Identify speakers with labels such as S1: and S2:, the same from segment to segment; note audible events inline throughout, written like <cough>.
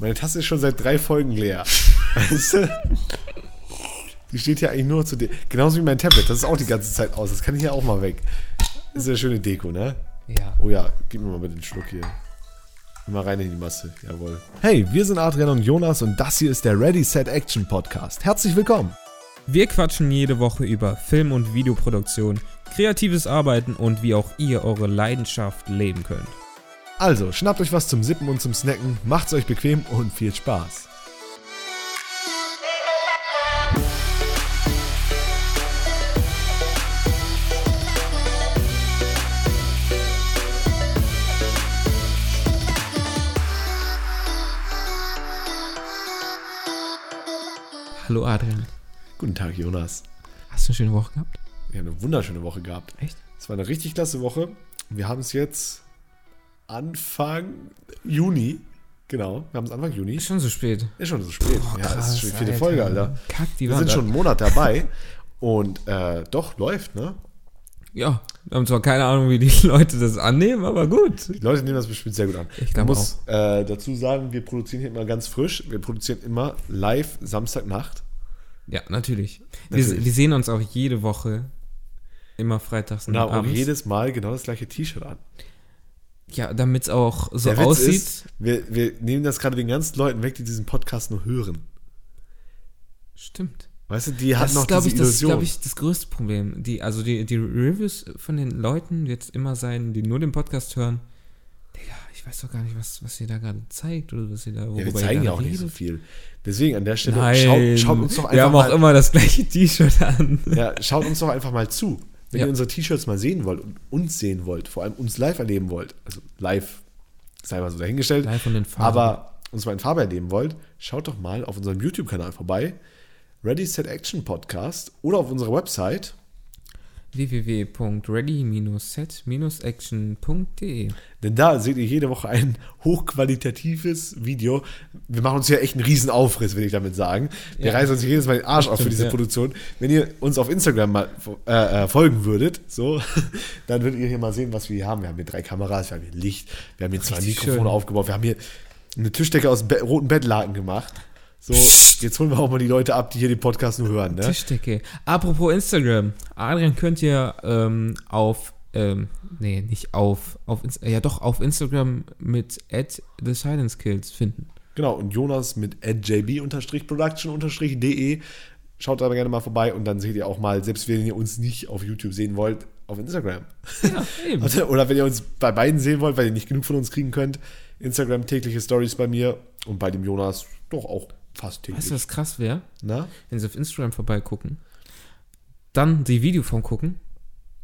S1: Meine Tasse ist schon seit drei Folgen leer. Weißt du? Die steht ja eigentlich nur zu dir. Genauso wie mein Tablet, das ist auch die ganze Zeit aus. Das kann ich ja auch mal weg. Ist ja schöne Deko, ne?
S2: Ja.
S1: Oh ja, gib mir mal bitte den Schluck hier. Mal rein in die Masse, jawohl. Hey, wir sind Adrian und Jonas und das hier ist der Ready Set Action Podcast. Herzlich willkommen.
S2: Wir quatschen jede Woche über Film- und Videoproduktion, kreatives Arbeiten und wie auch ihr eure Leidenschaft leben könnt.
S1: Also, schnappt euch was zum Sippen und zum Snacken, macht's euch bequem und viel Spaß.
S2: Hallo Adrian,
S1: Guten Tag, Jonas.
S2: hast du eine schöne Woche gehabt?
S1: Wir haben eine wunderschöne Woche gehabt.
S2: Echt?
S1: Es war eine richtig klasse Woche. Wir haben es jetzt Anfang Juni. Genau, wir haben es Anfang Juni.
S2: Schon so spät.
S1: Ist schon so spät. ja, es ist schon die vierte
S2: oh, Alter.
S1: Folge, Alter.
S2: Kack, die
S1: Wir
S2: waren
S1: sind
S2: da.
S1: schon einen Monat dabei. Und äh, doch, läuft, ne?
S2: Ja, wir haben zwar keine Ahnung, wie die <laughs> Leute das annehmen, aber gut.
S1: Die Leute nehmen das bestimmt sehr gut an.
S2: Ich glaube
S1: muss äh, dazu sagen, wir produzieren hier immer ganz frisch. Wir produzieren immer live Samstagnacht.
S2: Ja, natürlich. Wir,
S1: Natürlich.
S2: wir sehen uns auch jede Woche. Immer freitags
S1: Und haben auch
S2: abends.
S1: jedes Mal genau das gleiche T-Shirt an.
S2: ja, damit es auch so
S1: Witz
S2: aussieht.
S1: ist, wir, wir nehmen das gerade den ganzen Leuten weg, die diesen Podcast nur hören.
S2: Stimmt.
S1: Weißt du, die
S2: Das
S1: hatten noch
S2: ist, glaube
S1: diese
S2: ich, das, ist,
S1: Illusion.
S2: glaub ich, das größte Problem. Die, also die, die Reviews von den Leuten wird immer sein, die nur den Podcast hören. Digga, ich weiß doch gar nicht, was, was ihr da gerade zeigt oder was ihr da
S1: Ja,
S2: worüber
S1: wir
S2: ihr
S1: zeigen ja auch
S2: gerade
S1: nicht so
S2: redet.
S1: viel. Deswegen an der Stelle
S2: Nein,
S1: schaut, schaut uns doch
S2: wir
S1: einfach
S2: haben auch
S1: mal,
S2: immer das gleiche T-Shirt an.
S1: ja, schaut uns doch einfach mal zu. Wenn
S2: Ja.
S1: ihr unsere T-Shirts mal sehen wollt und uns sehen wollt, vor allem uns live erleben wollt, also live, sei mal so dahingestellt,
S2: Live und in Farbe.
S1: aber uns mal in Farbe erleben wollt, schaut doch mal auf unserem YouTube-Kanal vorbei, Ready Set Action Podcast oder auf unserer Website.
S2: www.ready-set-action.de
S1: Denn da seht ihr jede Woche ein hochqualitatives Video. Wir machen uns hier echt einen riesen Aufriss, will ich damit sagen. Wir
S2: Ja.
S1: reißen uns hier jedes Mal den Arsch auf für
S2: Stimmt,
S1: diese
S2: ja.
S1: Produktion. Wenn ihr uns auf Instagram mal äh, äh, folgen würdet, so, <laughs> dann würdet ihr hier mal sehen, was wir hier haben. Wir haben hier drei Kameras, wir haben hier Licht, wir haben hier zwei
S2: Richtig
S1: Mikrofone
S2: schön.
S1: aufgebaut, wir haben hier eine Tischdecke aus Be roten Bettlaken gemacht. So, jetzt holen wir auch mal die Leute ab, die hier den Podcast nur hören. Ne?
S2: Tischdecke. Apropos Instagram. Adrian könnt ihr ähm, auf, ähm, nee, nicht auf, auf Inst- ja doch, auf Instagram mit at the Silence Kills finden.
S1: Genau, und Jonas mit jb-production-de. Schaut da gerne mal vorbei und dann seht ihr auch mal, selbst wenn ihr uns nicht auf YouTube sehen wollt, auf Instagram.
S2: Ja,
S1: <laughs>
S2: eben.
S1: Also, Oder wenn ihr uns bei beiden sehen wollt, weil ihr nicht genug von uns kriegen könnt. Instagram tägliche Stories bei mir und bei dem Jonas doch auch fast täglich. ne?
S2: Weißt du, was krass wäre?
S1: Na?
S2: Wenn sie auf Instagram vorbeigucken, dann die Videoform gucken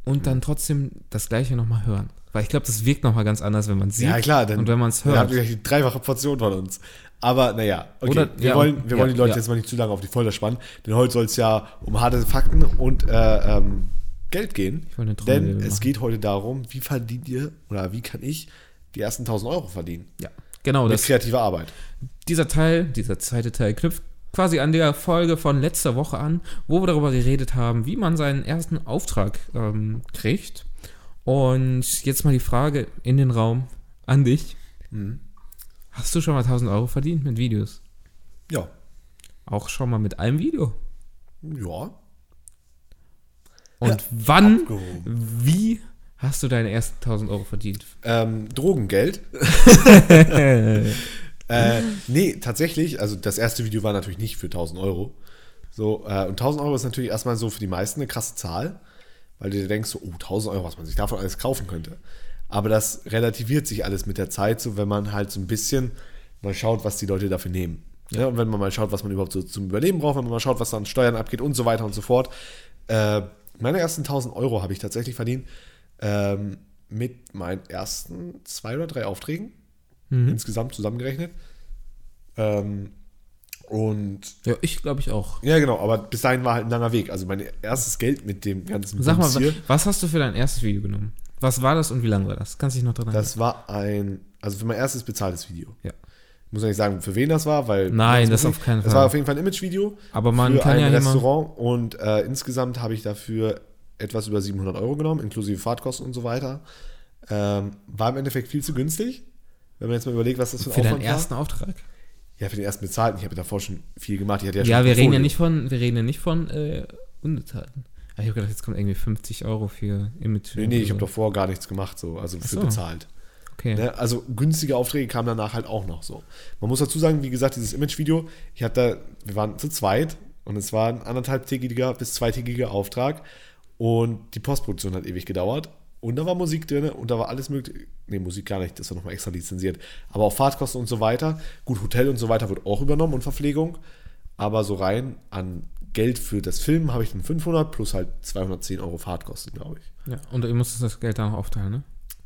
S2: und
S1: Mhm.
S2: dann trotzdem das gleiche nochmal hören. Weil ich glaube, das wirkt nochmal ganz anders, wenn man sieht
S1: Ja, klar, dann,
S2: und wenn man es
S1: dann habt
S2: hört.
S1: ihr gleich die dreifache Portion von uns. Aber naja, okay.
S2: Oder-
S1: wir
S2: ja,
S1: wollen, wir
S2: ja,
S1: wollen die Leute
S2: ja.
S1: jetzt mal nicht zu lange auf die Folter spannen, denn heute soll es ja um harte Fakten und äh, ähm, Geld gehen.
S2: wollte eine
S1: denn
S2: Trommelwirbel
S1: es
S2: machen.
S1: geht heute darum, wie verdient ihr oder wie kann ich die ersten 1000 Euro verdienen?
S2: Ja, genau.
S1: Mit
S2: Das,
S1: kreativer Arbeit.
S2: dieser Teil, dieser zweite Teil knüpft quasi an der Folge von letzter Woche an, wo wir darüber geredet haben, wie man seinen ersten Auftrag ähm, kriegt. Und jetzt mal die Frage in den Raum an dich.
S1: Mhm.
S2: Hast du schon mal 1000 Euro verdient mit Videos?
S1: Ja.
S2: Auch schon mal mit einem Video.
S1: Ja.
S2: Und wann,
S1: abgehoben.
S2: wie hast du deine ersten 1000 Euro verdient?
S1: Ähm, Drogengeld. äh, nee, tatsächlich, also das erste Video war natürlich nicht für 1000 Euro. So, äh, und 1000 Euro ist natürlich erstmal so für die meisten eine krasse Zahl, weil du dir denkst, so, oh, 1000 Euro, was man sich davon alles kaufen könnte. Aber das relativiert sich alles mit der Zeit, so wenn man halt so ein bisschen mal schaut, was die Leute dafür nehmen. Ja. und wenn man mal schaut, was man überhaupt so zum Überleben braucht, wenn man mal schaut, was da an Steuern abgeht und so weiter und so fort. Äh, meine ersten 1000 Euro habe ich tatsächlich verdient ähm, mit meinen ersten zwei oder drei Aufträgen
S2: Mhm.
S1: insgesamt zusammengerechnet. Ähm, und
S2: Ja, ich glaube ich auch.
S1: ja, genau, aber bis dahin war halt ein langer Weg. Also mein erstes Geld mit dem ganzen
S2: Sag mal,
S1: Bums hier,
S2: wa- was hast du für dein erstes Video genommen? Was war das und wie lang war das? Kannst du dich noch dran
S1: das war ein, also für mein erstes bezahltes Video.
S2: Ja.
S1: Ich muss ja nicht sagen, für wen das war, weil.
S2: Nein, das
S1: muss
S2: auf
S1: ich-
S2: keinen
S1: Das
S2: Fall.
S1: war auf jeden Fall ein Image-Video.
S2: Aber man
S1: für
S2: kann
S1: ein
S2: ja immer-
S1: Restaurant und äh, insgesamt habe ich dafür etwas über 700 Euro genommen, inklusive Fahrtkosten und so weiter. Ähm, war im Endeffekt viel zu günstig, wenn man jetzt mal überlegt, was das für ein
S2: Für deinen
S1: Aufwand war.
S2: ersten Auftrag?
S1: Ich habe den ersten bezahlt und ich habe davor schon viel gemacht. Ich hatte ja, schon
S2: Ja,
S1: ein
S2: wir reden ja
S1: Portfolio.
S2: nicht von, wir reden ja nicht von äh, Unbezahlten. Aber ich habe gedacht, jetzt kommt irgendwie 50 Euro für Immature.
S1: Nee, nee, ich habe davor gar nichts gemacht, so, also für
S2: so.
S1: bezahlt.
S2: Okay.
S1: Ne? Also günstige Aufträge kamen danach halt auch noch so. Man muss dazu sagen, wie gesagt, dieses Image-Video, ich hatte da, wir waren zu zweit und es war ein anderthalbtägiger bis zweitägiger Auftrag und die Postproduktion hat ewig gedauert und da war Musik drin und da war alles möglich. Nee, Musik gar nicht, das war nochmal extra lizenziert. Aber auch Fahrtkosten und so weiter. Gut, Hotel und so weiter wird auch übernommen und Verpflegung. Aber so rein an Geld für das Filmen habe ich dann 500 plus halt 210 Euro Fahrtkosten, glaube ich.
S2: Ja, und ihr müsst das Geld dann auch aufteilen, ne?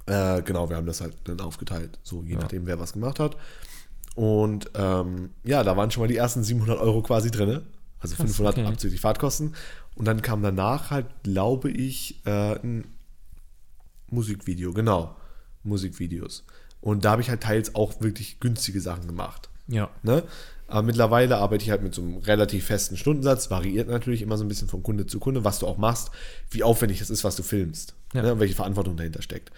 S1: Äh, genau, wir haben das halt dann aufgeteilt, so je nachdem, wer was gemacht hat. Und ähm, ja, da waren schon mal die ersten 700 Euro quasi drin. Also
S2: Krass,
S1: 500
S2: okay.
S1: abzüglich Fahrtkosten. Und dann kam danach halt, glaube ich, äh, ein Musikvideo, genau. Musikvideos. Und da habe ich halt teils auch wirklich günstige Sachen gemacht.
S2: Ja.
S1: Ne? Aber mittlerweile arbeite ich halt mit so einem relativ festen Stundensatz, variiert natürlich immer so ein bisschen von Kunde zu Kunde, was du auch machst, wie aufwendig es ist, was du filmst,
S2: Ja.
S1: ne? und welche Verantwortung dahinter steckt.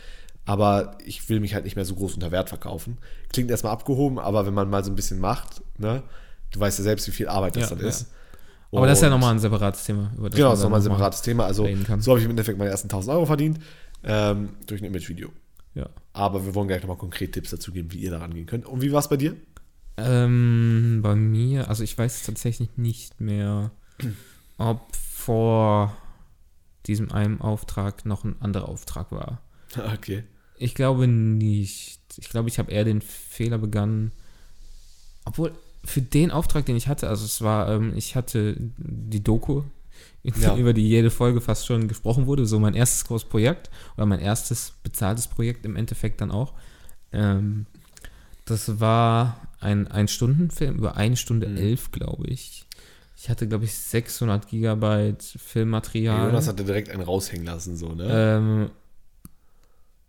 S1: Aber ich will mich halt nicht mehr so groß unter Wert verkaufen. Klingt erstmal abgehoben, aber wenn man mal so ein bisschen macht, ne? du weißt ja selbst, wie viel Arbeit das
S2: Ja,
S1: dann
S2: ja.
S1: ist.
S2: Aber das ist ja
S1: Und-
S2: nochmal ein separates Thema. Über das
S1: Genau,
S2: man
S1: das ist
S2: dann
S1: nochmal ein separates Thema. Also
S2: reden kann.
S1: so habe ich im Endeffekt meine ersten 1000 Euro verdient ähm, durch ein Imagevideo.
S2: Ja.
S1: Aber wir wollen gleich nochmal konkret Tipps dazu geben, wie ihr da rangehen könnt. Und wie war es bei dir? <laughs>
S2: Ähm, bei mir, also ich weiß tatsächlich nicht mehr, ob vor diesem einen Auftrag noch ein anderer Auftrag war.
S1: Okay.
S2: Ich glaube nicht. Ich glaube, ich habe eher den Fehler begangen. Obwohl, für den Auftrag, den ich hatte, also es war, ähm, ich hatte die Doku, <laughs>
S1: Ja.
S2: über die jede Folge fast schon gesprochen wurde, so mein erstes großes Projekt oder mein erstes bezahltes Projekt im Endeffekt dann auch. Ähm, das war ein Ein-Stunden-Film, über eine Stunde
S1: Mhm.
S2: elf, glaube ich. Ich hatte, glaube ich, 600 Gigabyte Filmmaterial.
S1: Jonas hatte direkt einen raushängen lassen, so, ne?
S2: Ähm,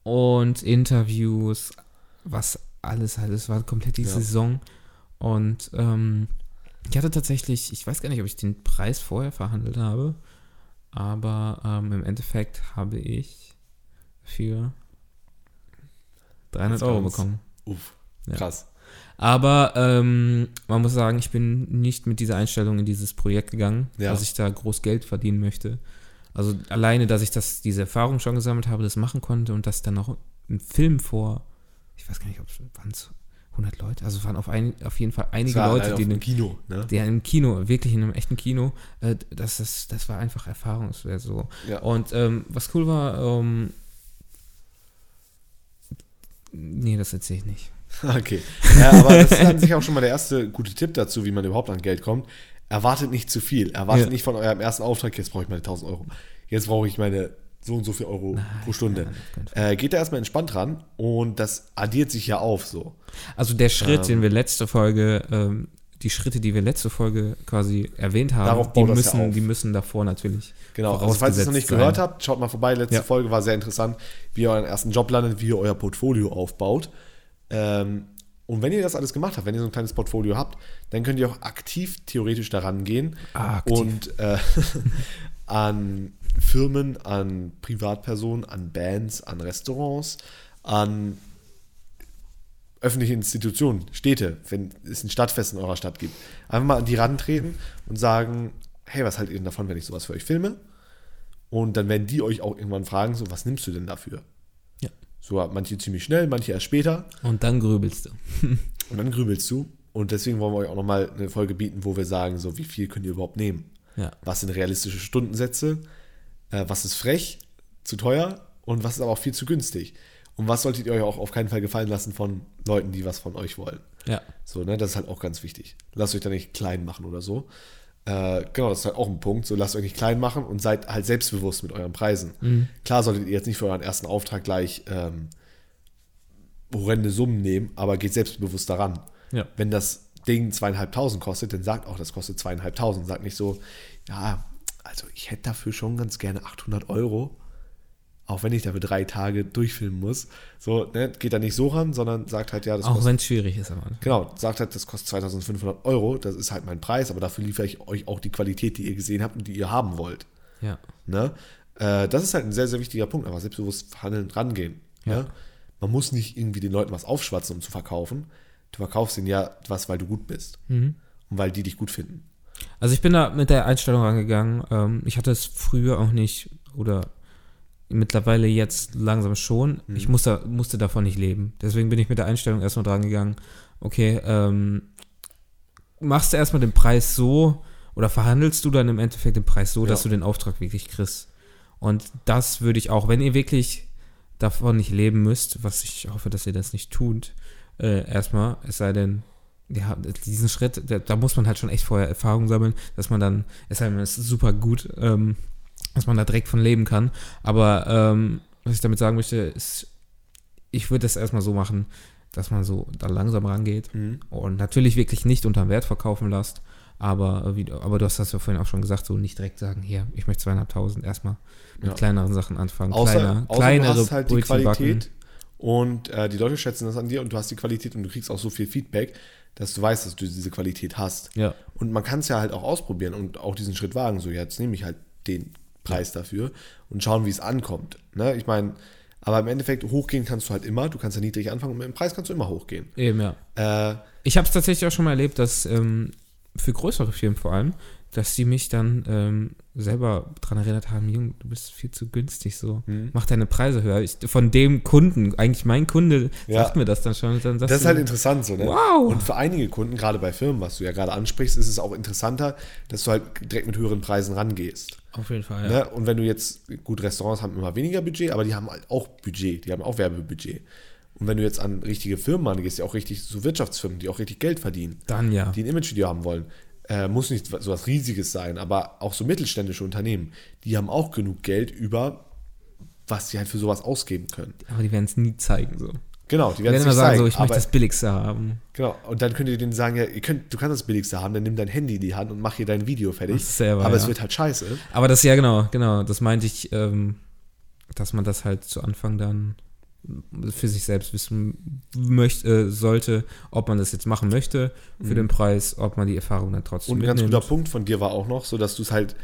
S2: und Interviews, was alles, alles war komplett die
S1: Ja.
S2: Saison. Und ähm, ich hatte tatsächlich, ich weiß gar nicht, ob ich den Preis vorher verhandelt habe, aber ähm, im Endeffekt habe ich für 300
S1: Jetzt
S2: Euro
S1: kommt's.
S2: bekommen.
S1: Uff,
S2: Äh, Ja.
S1: krass.
S2: Aber ähm, man muss sagen, ich bin nicht mit dieser Einstellung in dieses Projekt gegangen,
S1: Ja.
S2: dass ich da groß Geld verdienen möchte. Also alleine, dass ich das, diese Erfahrung schon gesammelt habe, das machen konnte und das dann noch im Film vor, ich weiß gar nicht, ob es waren es 100 Leute, also waren auf, ein, auf jeden Fall
S1: Es
S2: einige
S1: war
S2: Leute,
S1: halt
S2: die,
S1: auf dem
S2: den,
S1: Kino, ne?
S2: die im Kino, wirklich in einem echten Kino, äh, das, das, das war einfach erfahrungswert so.
S1: Ja.
S2: Und ähm, was cool war, ähm, nee, das erzähle ich nicht.
S1: <laughs> Okay. Ja, aber das ist an sich auch schon mal der erste gute Tipp dazu, wie man überhaupt an Geld kommt. Erwartet nicht zu viel. Erwartet
S2: Ja.
S1: nicht von eurem ersten Auftrag, jetzt brauche ich meine 1000 Euro. Jetzt brauche ich meine so und so viel Euro pro Stunde.
S2: nein, auf keinen
S1: äh, geht da erstmal entspannt ran und das addiert sich ja auf so.
S2: Also der Schritt,
S1: Ähm.
S2: den wir letzte Folge, ähm, die Schritte, die wir letzte Folge quasi erwähnt haben,
S1: Darauf
S2: die
S1: baut das ja
S2: müssen,
S1: auf.
S2: die müssen davor natürlich.
S1: Genau, also falls ihr es noch nicht
S2: vorausgesetzt
S1: gehört
S2: sein.
S1: habt, schaut mal vorbei. Letzte
S2: Ja.
S1: Folge war sehr interessant, wie ihr euren ersten Job landet, wie ihr euer Portfolio aufbaut. Ähm, und wenn ihr das alles gemacht habt, wenn ihr so ein kleines Portfolio habt, dann könnt ihr auch aktiv theoretisch daran gehen
S2: Ah, aktiv.
S1: und äh, <laughs> an Firmen, an Privatpersonen, an Bands, an Restaurants, an öffentliche Institutionen, Städte, wenn es ein Stadtfest in eurer Stadt gibt, einfach mal an die rantreten und sagen, hey, was haltet ihr denn davon, wenn ich sowas für euch filme? Und dann werden die euch auch irgendwann fragen, so, was nimmst du denn dafür?
S2: Ja.
S1: So, manche ziemlich schnell, manche erst später.
S2: Und dann grübelst du.
S1: Und dann grübelst du. Und deswegen wollen wir euch auch nochmal eine Folge bieten, wo wir sagen, so, wie viel könnt ihr überhaupt nehmen?
S2: Ja.
S1: Was sind realistische Stundensätze? Äh, was ist frech, zu teuer? Und was ist aber auch viel zu günstig? Und was solltet ihr euch auch auf keinen Fall gefallen lassen von Leuten, die was von euch wollen?
S2: Ja.
S1: So, ne, das ist halt auch ganz wichtig. Lasst euch da nicht klein machen oder so. Äh, genau, das ist halt auch ein Punkt. So, lasst euch nicht klein machen und seid halt selbstbewusst mit euren Preisen.
S2: Mhm.
S1: Klar solltet ihr jetzt nicht für euren ersten Auftrag gleich ähm, horrende Summen nehmen, aber geht selbstbewusst daran.
S2: Ja.
S1: Wenn das Ding zweieinhalbtausend kostet, dann sagt auch, das kostet zweieinhalbtausend. Sagt nicht so, ja, also ich hätte dafür schon ganz gerne 800 Euro, auch wenn ich dafür drei Tage durchfilmen muss. So, ne, geht da nicht so ran, sondern sagt halt, ja, das
S2: Auch wenn es schwierig ist am Anfang.
S1: Genau, sagt halt, das kostet 2500 Euro, das ist halt mein Preis, aber dafür liefere ich euch auch die Qualität, die ihr gesehen habt und die ihr haben wollt.
S2: Ja.
S1: Ne? Äh, das ist halt ein sehr, sehr wichtiger Punkt, aber selbstbewusst handeln, rangehen. Ne? Man muss nicht irgendwie den Leuten was aufschwatzen, um zu verkaufen, Du verkaufst ihnen ja was, weil du gut bist. Und weil die dich gut finden.
S2: Also ich bin da mit der Einstellung rangegangen. Ähm, ich hatte es früher auch nicht oder mittlerweile jetzt langsam schon. Ich musste, musste davon nicht leben. Deswegen bin ich mit der Einstellung erstmal dran gegangen. Okay, ähm, machst du erstmal den Preis so oder verhandelst du dann im Endeffekt den Preis so, dass
S1: Ja.
S2: du den Auftrag wirklich kriegst. Und das würde ich auch, wenn ihr wirklich davon nicht leben müsst, was ich hoffe, dass ihr das nicht tut, äh, erstmal, es sei denn, ja, diesen Schritt, da, da muss man halt schon echt vorher Erfahrung sammeln, dass man dann, es sei denn, es ist super gut, ähm, dass man da direkt von leben kann. Aber ähm, was ich damit sagen möchte, ist, ich würde das erstmal so machen, dass man so da langsam rangeht
S1: Mhm.
S2: und natürlich wirklich nicht unterm Wert verkaufen lässt. Aber, äh, wie, aber du hast das ja vorhin auch schon gesagt, so nicht direkt sagen, hier, ich möchte zweieinhalbtausend erstmal mit
S1: Ja.
S2: kleineren Sachen anfangen.
S1: Außer,
S2: Kleiner,
S1: außer
S2: kleinere
S1: du hast halt die
S2: Brötchen backen.
S1: Qualität und äh, die Leute schätzen das an dir und du hast die Qualität und du kriegst auch so viel Feedback, dass du weißt, dass du diese Qualität hast.
S2: Ja.
S1: Und man kann es ja halt auch ausprobieren und auch diesen Schritt wagen. So, jetzt nehme ich halt den Preis dafür und schauen, wie es ankommt. Ne? Ich meine, aber im Endeffekt hochgehen kannst du halt immer. Du kannst ja niedrig anfangen und mit dem Preis kannst du immer hochgehen.
S2: Eben, ja.
S1: Äh,
S2: Ich habe es tatsächlich auch schon mal erlebt, dass ähm, für größere Firmen vor allem, dass die mich dann ähm, selber dran erinnert haben, Jung, du bist viel zu günstig so.
S1: Mhm.
S2: Mach deine Preise höher. Ich, von dem Kunden, eigentlich mein Kunde,
S1: Ja.
S2: sagt mir das dann schon. und Dann sagst
S1: Das ist
S2: du,
S1: halt interessant so, ne?
S2: Wow.
S1: Und für einige Kunden, gerade bei Firmen, was du ja gerade ansprichst, ist es auch interessanter, dass du halt direkt mit höheren Preisen rangehst.
S2: Auf jeden Fall, ja.
S1: Ne? Und wenn du jetzt, gut, Restaurants haben immer weniger Budget, aber die haben halt auch Budget, die haben auch Werbebudget. Und wenn du jetzt an richtige Firmen rangehst, die auch richtig so Wirtschaftsfirmen, die auch richtig Geld verdienen,
S2: Dann ja.
S1: die ein Imagevideo haben wollen, äh, muss nicht so was Riesiges sein, aber auch so mittelständische Unternehmen, die haben auch genug Geld über, was sie halt für sowas ausgeben können.
S2: Aber die werden es nie zeigen so.
S1: Genau, die
S2: Die
S1: werden
S2: werden
S1: es
S2: immer
S1: nicht
S2: sagen
S1: zeigen,
S2: so, ich
S1: aber-
S2: möchte das Billigste haben.
S1: Genau, und dann könnt ihr denen sagen, ja, ihr könnt, du kannst das billigste haben, dann nimm dein Handy in die Hand und mach hier dein Video fertig.
S2: Mach's selber,
S1: aber
S2: ja.
S1: es wird halt scheiße.
S2: Aber das, ja genau, genau, das meinte ich, ähm, dass man das halt zu Anfang dann für sich selbst wissen möchte, äh, sollte, ob man das jetzt machen möchte für den Preis, ob man die Erfahrung dann trotzdem
S1: Mhm. Und ein ganz
S2: mitnimmt.
S1: guter Punkt von dir war auch noch, so dass du es halt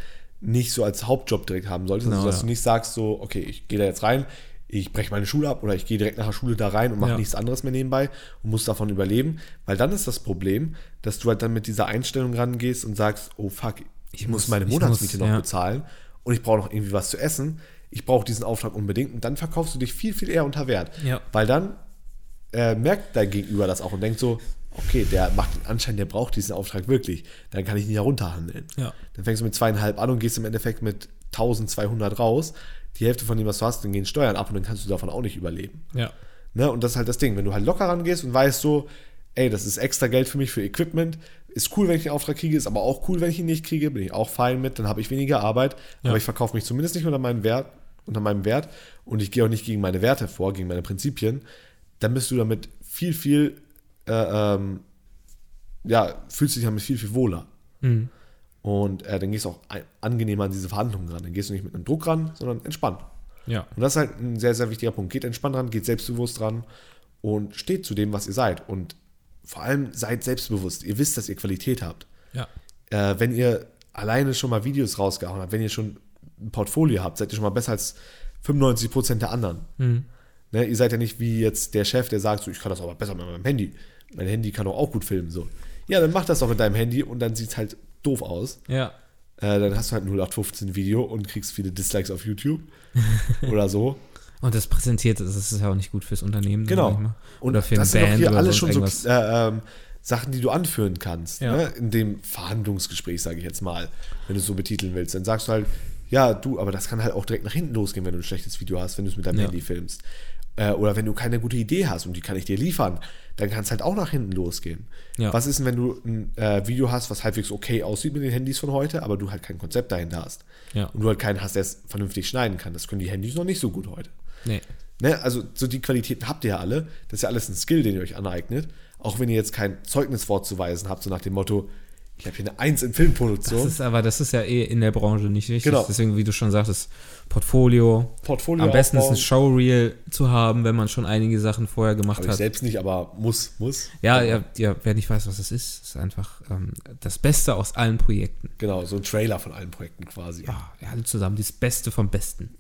S1: nicht so als Hauptjob direkt haben solltest,
S2: Genau,
S1: also dass
S2: ja.
S1: du nicht sagst so, okay, ich gehe da jetzt rein, ich breche meine Schule ab oder ich gehe direkt nach der Schule da rein und mache
S2: Ja.
S1: nichts anderes mehr nebenbei und muss davon überleben, weil dann ist das Problem, dass du halt dann mit dieser Einstellung rangehst und sagst, oh fuck, ich, muss
S2: muss-
S1: meine
S2: ich
S1: Monatsmiete
S2: muss,
S1: noch
S2: ja.
S1: bezahlen und ich brauche noch irgendwie was zu essen, ich brauche diesen Auftrag unbedingt und dann verkaufst du dich viel, viel eher unter Wert,
S2: Ja.
S1: weil dann äh, merkt dein Gegenüber das auch und denkt so, okay, der macht den Anschein, der braucht diesen Auftrag wirklich. Dann kann ich ihn ja runterhandeln.
S2: Ja.
S1: Dann fängst du mit zweieinhalb an und gehst im Endeffekt mit 1200 raus. Die Hälfte von dem, was du hast, dann gehen Steuern ab und dann kannst du davon auch nicht überleben.
S2: Ja.
S1: Ne? Und das ist halt das Ding. Wenn du halt locker rangehst und weißt so, ey, das ist extra Geld für mich für Equipment, ist cool, wenn ich den Auftrag kriege, ist aber auch cool, wenn ich ihn nicht kriege, bin ich auch fein mit, dann habe ich weniger Arbeit, aber ich verkaufe mich zumindest nicht unter meinem Wert, unter meinem Wert und ich gehe auch nicht gegen meine Werte vor, gegen meine Prinzipien, dann bist du damit viel, viel, äh, ähm, ja, fühlst dich damit viel, viel wohler. Und äh, dann gehst du auch ein, angenehmer an diese Verhandlungen ran. Dann gehst du nicht mit einem Druck ran, sondern entspannt.
S2: Ja.
S1: Und das ist halt ein sehr, sehr wichtiger Punkt. Geht entspannt ran, geht selbstbewusst ran und steht zu dem, was ihr seid. Und vor allem seid selbstbewusst. Ihr wisst, dass ihr Qualität habt.
S2: Ja.
S1: Äh, wenn ihr alleine schon mal Videos rausgehauen habt, wenn ihr schon ein Portfolio habt, seid ihr schon mal besser als 95% der anderen. Ne, ihr seid ja nicht wie jetzt der Chef, der sagt, so, ich kann das aber besser mit meinem Handy. Mein Handy kann doch auch gut filmen. So. Ja, dann mach das doch mit deinem Handy und dann sieht es halt doof aus
S2: Ja.
S1: äh, dann hast du halt ein 0815 Video und kriegst viele Dislikes auf YouTube oder so.
S2: Und das präsentiert ist, das ist ja auch nicht gut fürs Unternehmen. sag ich mal.
S1: Genau. Und
S2: oder für
S1: das sind
S2: eine
S1: doch
S2: Band
S1: hier
S2: oder
S1: alles
S2: sonst
S1: schon
S2: irgendwas.
S1: so äh, ähm, Sachen, die du anführen kannst.
S2: Ja.
S1: Ne? In dem Verhandlungsgespräch, sage ich jetzt mal, wenn du es so betiteln willst. Dann sagst du halt, ja, du, aber das kann halt auch direkt nach hinten losgehen, wenn du ein schlechtes Video hast, wenn du es mit deinem
S2: Ja.
S1: Handy filmst. Äh, oder wenn du keine gute Idee hast und die kann ich dir liefern, dann kann es halt auch nach hinten losgehen.
S2: Ja.
S1: Was ist denn, wenn du ein äh, Video hast, was halbwegs okay aussieht mit den Handys von heute, aber du halt kein Konzept dahinter hast?
S2: Ja.
S1: Und du halt keinen hast, der es vernünftig schneiden kann. Das können die Handys noch nicht so gut heute.
S2: Nee.
S1: Ne, also so die Qualitäten habt ihr ja alle. Das ist ja alles ein Skill, den ihr euch aneignet. Auch wenn ihr jetzt kein Zeugnis vorzuweisen habt, so nach dem Motto, ich habe hier eine Eins in
S2: Das
S1: Filmproduktion.
S2: ist aber, das ist ja eh in der Branche nicht wichtig.
S1: Genau.
S2: Deswegen, wie du schon sagtest, Portfolio.
S1: Portfolio
S2: Am besten ist ein
S1: aufbauen.
S2: Showreel zu haben, wenn man schon einige Sachen vorher gemacht
S1: Hab ich
S2: hat.
S1: selbst nicht, aber muss, muss.
S2: Ja, ja, ja, wer nicht weiß, was das ist, ist einfach ähm, das Beste aus allen Projekten.
S1: Genau, so ein Trailer von allen Projekten quasi. Ja.
S2: Ah, ja, alle zusammen, das Beste vom Besten,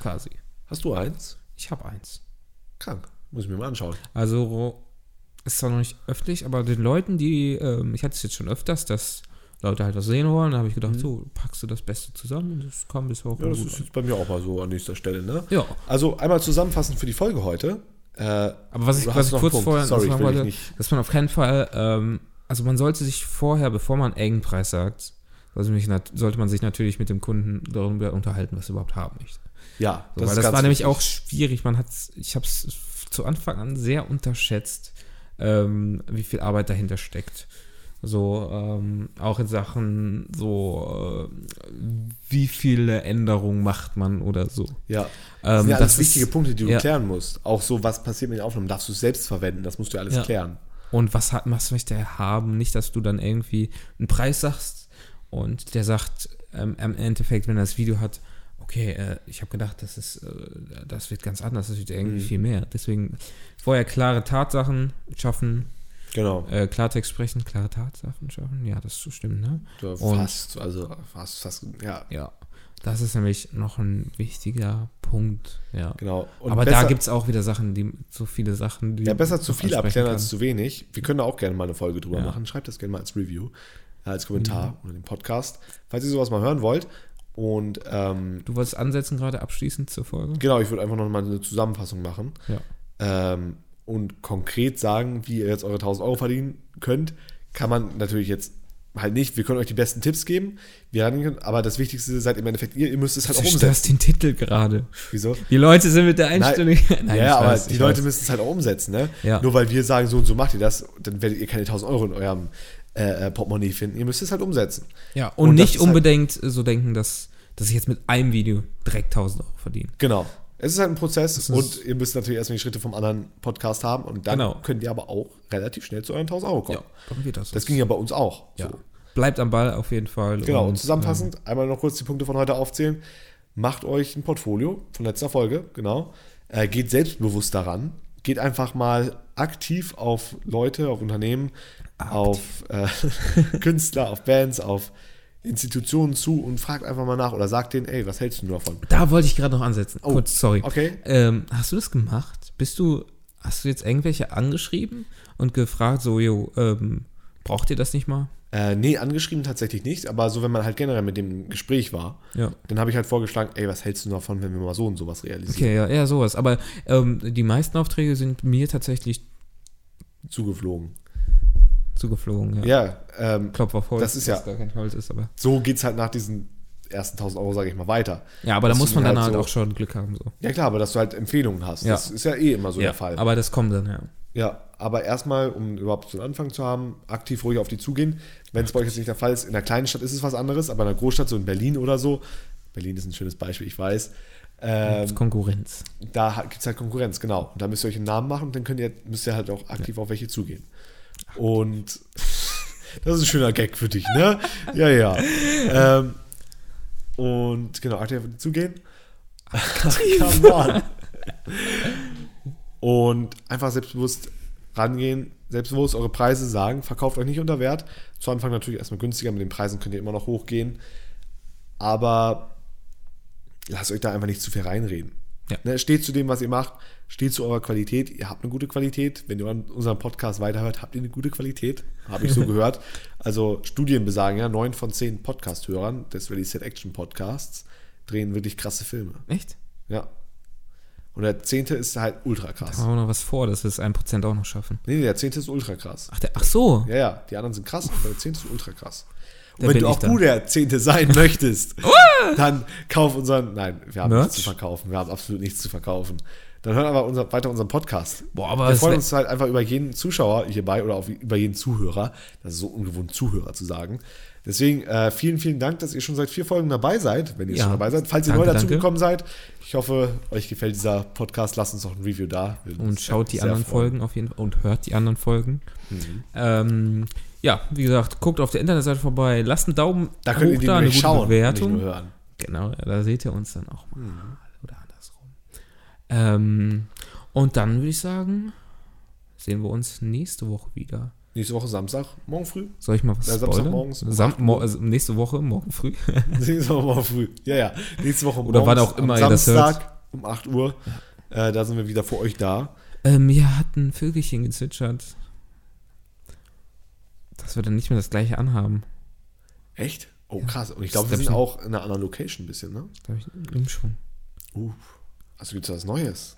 S2: quasi.
S1: Hast du eins?
S2: Ich habe eins.
S1: Krank. Muss ich mir mal anschauen.
S2: Also, ist zwar noch nicht öffentlich, aber den Leuten, die, ähm, ich hatte es jetzt schon öfters, dass Leute halt was sehen wollen, da habe ich gedacht, so packst du das Beste zusammen und das kam bis hoch.
S1: Mhm. Ja, das ist jetzt bei mir auch mal so an nächster Stelle, ne?
S2: ja.
S1: Also einmal zusammenfassend für die Folge heute. Äh,
S2: aber was ich,
S1: Oder hast
S2: was ich
S1: du noch einen
S2: kurz
S1: Punkt?
S2: vorher
S1: Sorry,
S2: noch
S1: ich will
S2: sagen
S1: dich
S2: wollte,
S1: nicht-
S2: dass man auf keinen Fall, ähm, also man sollte sich vorher, bevor man einen Preis sagt, sollte, mich nat- sollte man sich natürlich mit dem Kunden darüber unterhalten, was er überhaupt haben möchte.
S1: ja,
S2: So, weil
S1: ist
S2: das
S1: ganz
S2: war nämlich
S1: wichtig.
S2: auch schwierig. Man hat, ich habe es zu Anfang an sehr unterschätzt, ähm, wie viel Arbeit dahinter steckt. So ähm, auch in Sachen so, äh, wie viele Änderungen macht man oder so.
S1: Ja,
S2: Ähm,
S1: das sind ja alles wichtige
S2: ist,
S1: Punkte, die du
S2: ja.
S1: klären musst. Auch so, was passiert mit den Aufnahmen? Darfst du es selbst verwenden? Das musst du ja alles
S2: Ja.
S1: klären.
S2: Und was hat, was möchte er haben? Nicht, dass du dann irgendwie einen Preis sagst und der sagt ähm, im Endeffekt, wenn er das Video hat, okay, äh, ich habe gedacht, das ist, äh, das wird ganz anders, das wird irgendwie
S1: Mhm.
S2: viel mehr. Deswegen vorher klare Tatsachen schaffen,
S1: Genau.
S2: äh, Klartext sprechen, klare Tatsachen schaffen. Ja, das stimmt, ne?
S1: Ja,
S2: Und-
S1: Fast, also fast, fast, ja,
S2: Ja. Das ist nämlich noch ein wichtiger Punkt, ja.
S1: genau. Und
S2: Aber da
S1: besser-
S2: gibt es auch wieder Sachen, die so viele Sachen, die.
S1: Ja, besser zu
S2: man
S1: viel
S2: ansprechen
S1: abklären
S2: kann.
S1: als zu wenig. Wir können da auch gerne mal eine Folge drüber
S2: Ja.
S1: machen. Schreibt das gerne mal als Review, äh, als Kommentar oder den Podcast, falls ihr sowas mal hören wollt. Und ähm,
S2: Du wolltest ansetzen gerade abschließend zur Folge?
S1: genau, ich würde einfach nochmal eine Zusammenfassung machen
S2: Ja.
S1: ähm, und konkret sagen, wie ihr jetzt eure 1000 Euro verdienen könnt. Kann man natürlich jetzt halt nicht. Wir können euch die besten Tipps geben, wie ihr rangehen könnt, aber das Wichtigste seid im Endeffekt ihr. Ihr müsst es halt auch
S2: Du
S1: umsetzen.
S2: störst den Titel gerade.
S1: Wieso?
S2: Die Leute sind mit der Einstellung.
S1: ja,
S2: <laughs> ich
S1: ja, aber
S2: weiß,
S1: die
S2: ich
S1: Leute
S2: weiß.
S1: müssen es halt auch umsetzen, ne?
S2: Ja.
S1: Nur weil wir sagen, so und so macht ihr das, dann werdet ihr keine 1000 Euro in eurem äh, äh, Portemonnaie finden. Ihr müsst es halt umsetzen.
S2: Ja, und,
S1: Und das
S2: nicht
S1: ist halt-
S2: unbedingt so denken, dass, dass ich jetzt mit einem Video direkt 1000 Euro verdiene.
S1: Genau. Es ist halt ein Prozess
S2: ist-
S1: und ihr müsst natürlich erstmal die Schritte vom anderen Podcast haben und dann
S2: Genau.
S1: könnt ihr aber auch relativ schnell zu euren 1000 Euro kommen.
S2: dann wird das.
S1: Das ging ja bei uns auch.
S2: ja.
S1: So.
S2: Bleibt am Ball auf jeden Fall.
S1: Genau, und zusammenfassend einmal noch kurz die Punkte von heute aufzählen. Macht euch ein Portfolio von letzter Folge, genau. Äh, geht selbstbewusst daran. Geht einfach mal aktiv auf Leute, auf Unternehmen, auf äh, <laughs> Künstler, auf Bands, auf Institutionen zu und fragt einfach mal nach oder sagt denen, ey, was hältst du davon?
S2: Da wollte ich gerade noch ansetzen.
S1: Oh,
S2: Kurz, sorry.
S1: okay.
S2: Ähm, hast du das gemacht? Bist du, hast du jetzt irgendwelche angeschrieben und gefragt, so, jo, ähm, braucht ihr das nicht mal?
S1: Äh, nee, angeschrieben tatsächlich nicht, aber so, wenn man halt generell mit dem im Gespräch war,
S2: Ja.
S1: dann habe ich halt vorgeschlagen, ey, was hältst du davon, wenn wir mal so und sowas realisieren?
S2: Okay, ja, eher sowas. Aber ähm, die meisten Aufträge sind mir tatsächlich
S1: Zugeflogen.
S2: zugeflogen. Ja.
S1: Ja, ähm,
S2: Klopf auf Holz.
S1: Das ist ja-
S2: was gar kein Holz ist, aber.
S1: so geht es halt nach diesen ersten 1000 Euro, sage ich mal, weiter.
S2: Ja, aber da
S1: Dass
S2: muss
S1: du
S2: man
S1: die
S2: dann
S1: halt
S2: halt
S1: so-
S2: auch schon Glück haben. So.
S1: Ja klar, aber dass du halt Empfehlungen hast.
S2: Ja.
S1: Das ist ja eh immer so der Fall.
S2: Aber das kommt dann, ja.
S1: ja, aber erstmal, um überhaupt so einen Anfang zu haben, aktiv ruhig auf die zugehen. Wenn es bei euch jetzt nicht der Fall ist, in einer kleinen Stadt ist es was anderes, aber in einer Großstadt, so in Berlin oder so, Berlin ist ein schönes Beispiel, ich weiß, ähm,
S2: Das ist Konkurrenz.
S1: da gibt es halt Konkurrenz, genau. Und da müsst ihr euch einen Namen machen und dann könnt ihr, müsst ihr halt auch aktiv auf welche zugehen. Und <laughs> das ist ein schöner Gag für dich, ne? Ja, ja. Ähm, und genau, aktiv auf die zugehen. Come on. Und einfach selbstbewusst rangehen, selbstbewusst eure Preise sagen, verkauft euch nicht unter Wert. Zu Anfang natürlich erstmal günstiger, mit den Preisen könnt ihr immer noch hochgehen. Aber lasst euch da einfach nicht zu viel reinreden.
S2: Ja.
S1: Ne, steht zu dem, was ihr macht, steht zu eurer Qualität. Ihr habt eine gute Qualität. Wenn ihr an unseren Podcast weiterhört, habt ihr eine gute Qualität. Habe <laughs> ich so gehört. Also Studien besagen ja, neun von zehn Podcast-Hörern des Ready Set Action Podcasts drehen wirklich krasse Filme.
S2: Echt?
S1: Ja. Und der zehnte ist halt ultra
S2: Da
S1: krass.
S2: haben wir noch was vor, dass wir es 1% auch noch schaffen.
S1: Nee, nee, der zehnte ist ultra krass.
S2: Ach, der, ach so.
S1: Ja, ja, die anderen sind krass, aber der zehnte ist ultra krass. Und
S2: Da
S1: wenn
S2: bin
S1: du
S2: ich
S1: auch
S2: dann.
S1: du der Zehnte sein <laughs> möchtest, dann kauf unseren. Nein, wir haben
S2: Merch?
S1: nichts zu verkaufen. Wir haben absolut nichts zu verkaufen. Dann hör aber unser, weiter unseren Podcast.
S2: Boah, aber
S1: wir
S2: es
S1: freuen
S2: wär-
S1: uns halt einfach über jeden Zuschauer hierbei oder auch über jeden Zuhörer. Das ist so ungewohnt, Zuhörer zu sagen. Deswegen äh, vielen, vielen Dank, dass ihr schon seit vier Folgen dabei seid, wenn ihr
S2: Ja.
S1: schon dabei seid. Falls ihr
S2: Danke,
S1: neu
S2: danke.
S1: dazugekommen seid, ich hoffe, euch gefällt dieser Podcast. Lasst uns doch ein Review da. Wir würden
S2: Und
S1: uns
S2: schaut die
S1: sehr
S2: anderen
S1: freuen. Mhm.
S2: Folgen auf jeden Fall und hört die anderen Folgen. Ähm, ja, wie gesagt, guckt auf der Internetseite vorbei, lasst einen Daumen
S1: Da könnt ihr die nämlich schauen,
S2: Bewertung.
S1: nicht nur hören. Mhm.
S2: Genau, ja, da seht ihr uns dann auch mal. Oder andersrum. Ähm, und dann würde ich sagen, sehen wir uns nächste Woche wieder.
S1: Nächste Woche Samstag, morgen früh. <laughs>
S2: Soll ich mal was
S1: Ja,
S2: spoilern?
S1: Samstagmorgens um
S2: Sam mo also nächste Woche, morgen früh. <laughs>
S1: Nächste Woche morgen früh. Ja, ja. Nächste Woche
S2: Oder wann auch immer
S1: am
S2: ihr das
S1: Samstag um 8 Uhr. Äh, da sind wir wieder für euch da.
S2: ähm, hier hat ein Vögelchen gezwitschert. dass wir dann nicht mehr das gleiche anhaben.
S1: Echt? Oh, krass. Und ich glaube, wir
S2: Das
S1: sind
S2: glaub
S1: auch in einer anderen Location ein bisschen, ne?
S2: Da hab ich einen Umschwung.
S1: Uff. Also gibt's was Neues?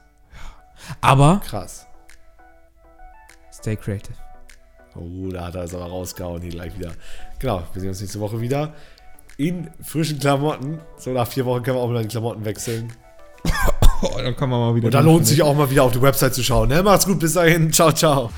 S2: Aber
S1: Krass.
S2: stay creative.
S1: Oh, da hat er es aber rausgehauen hier gleich wieder. Genau, wir sehen uns nächste Woche wieder. In frischen Klamotten. So nach vier Wochen können wir auch mal die Klamotten wechseln.
S2: Oh, dann kommen wir mal wieder.
S1: Und da lohnt sich auch mal wieder auf die Website zu schauen. Ne? Macht's gut, bis dahin. Ciao, ciao.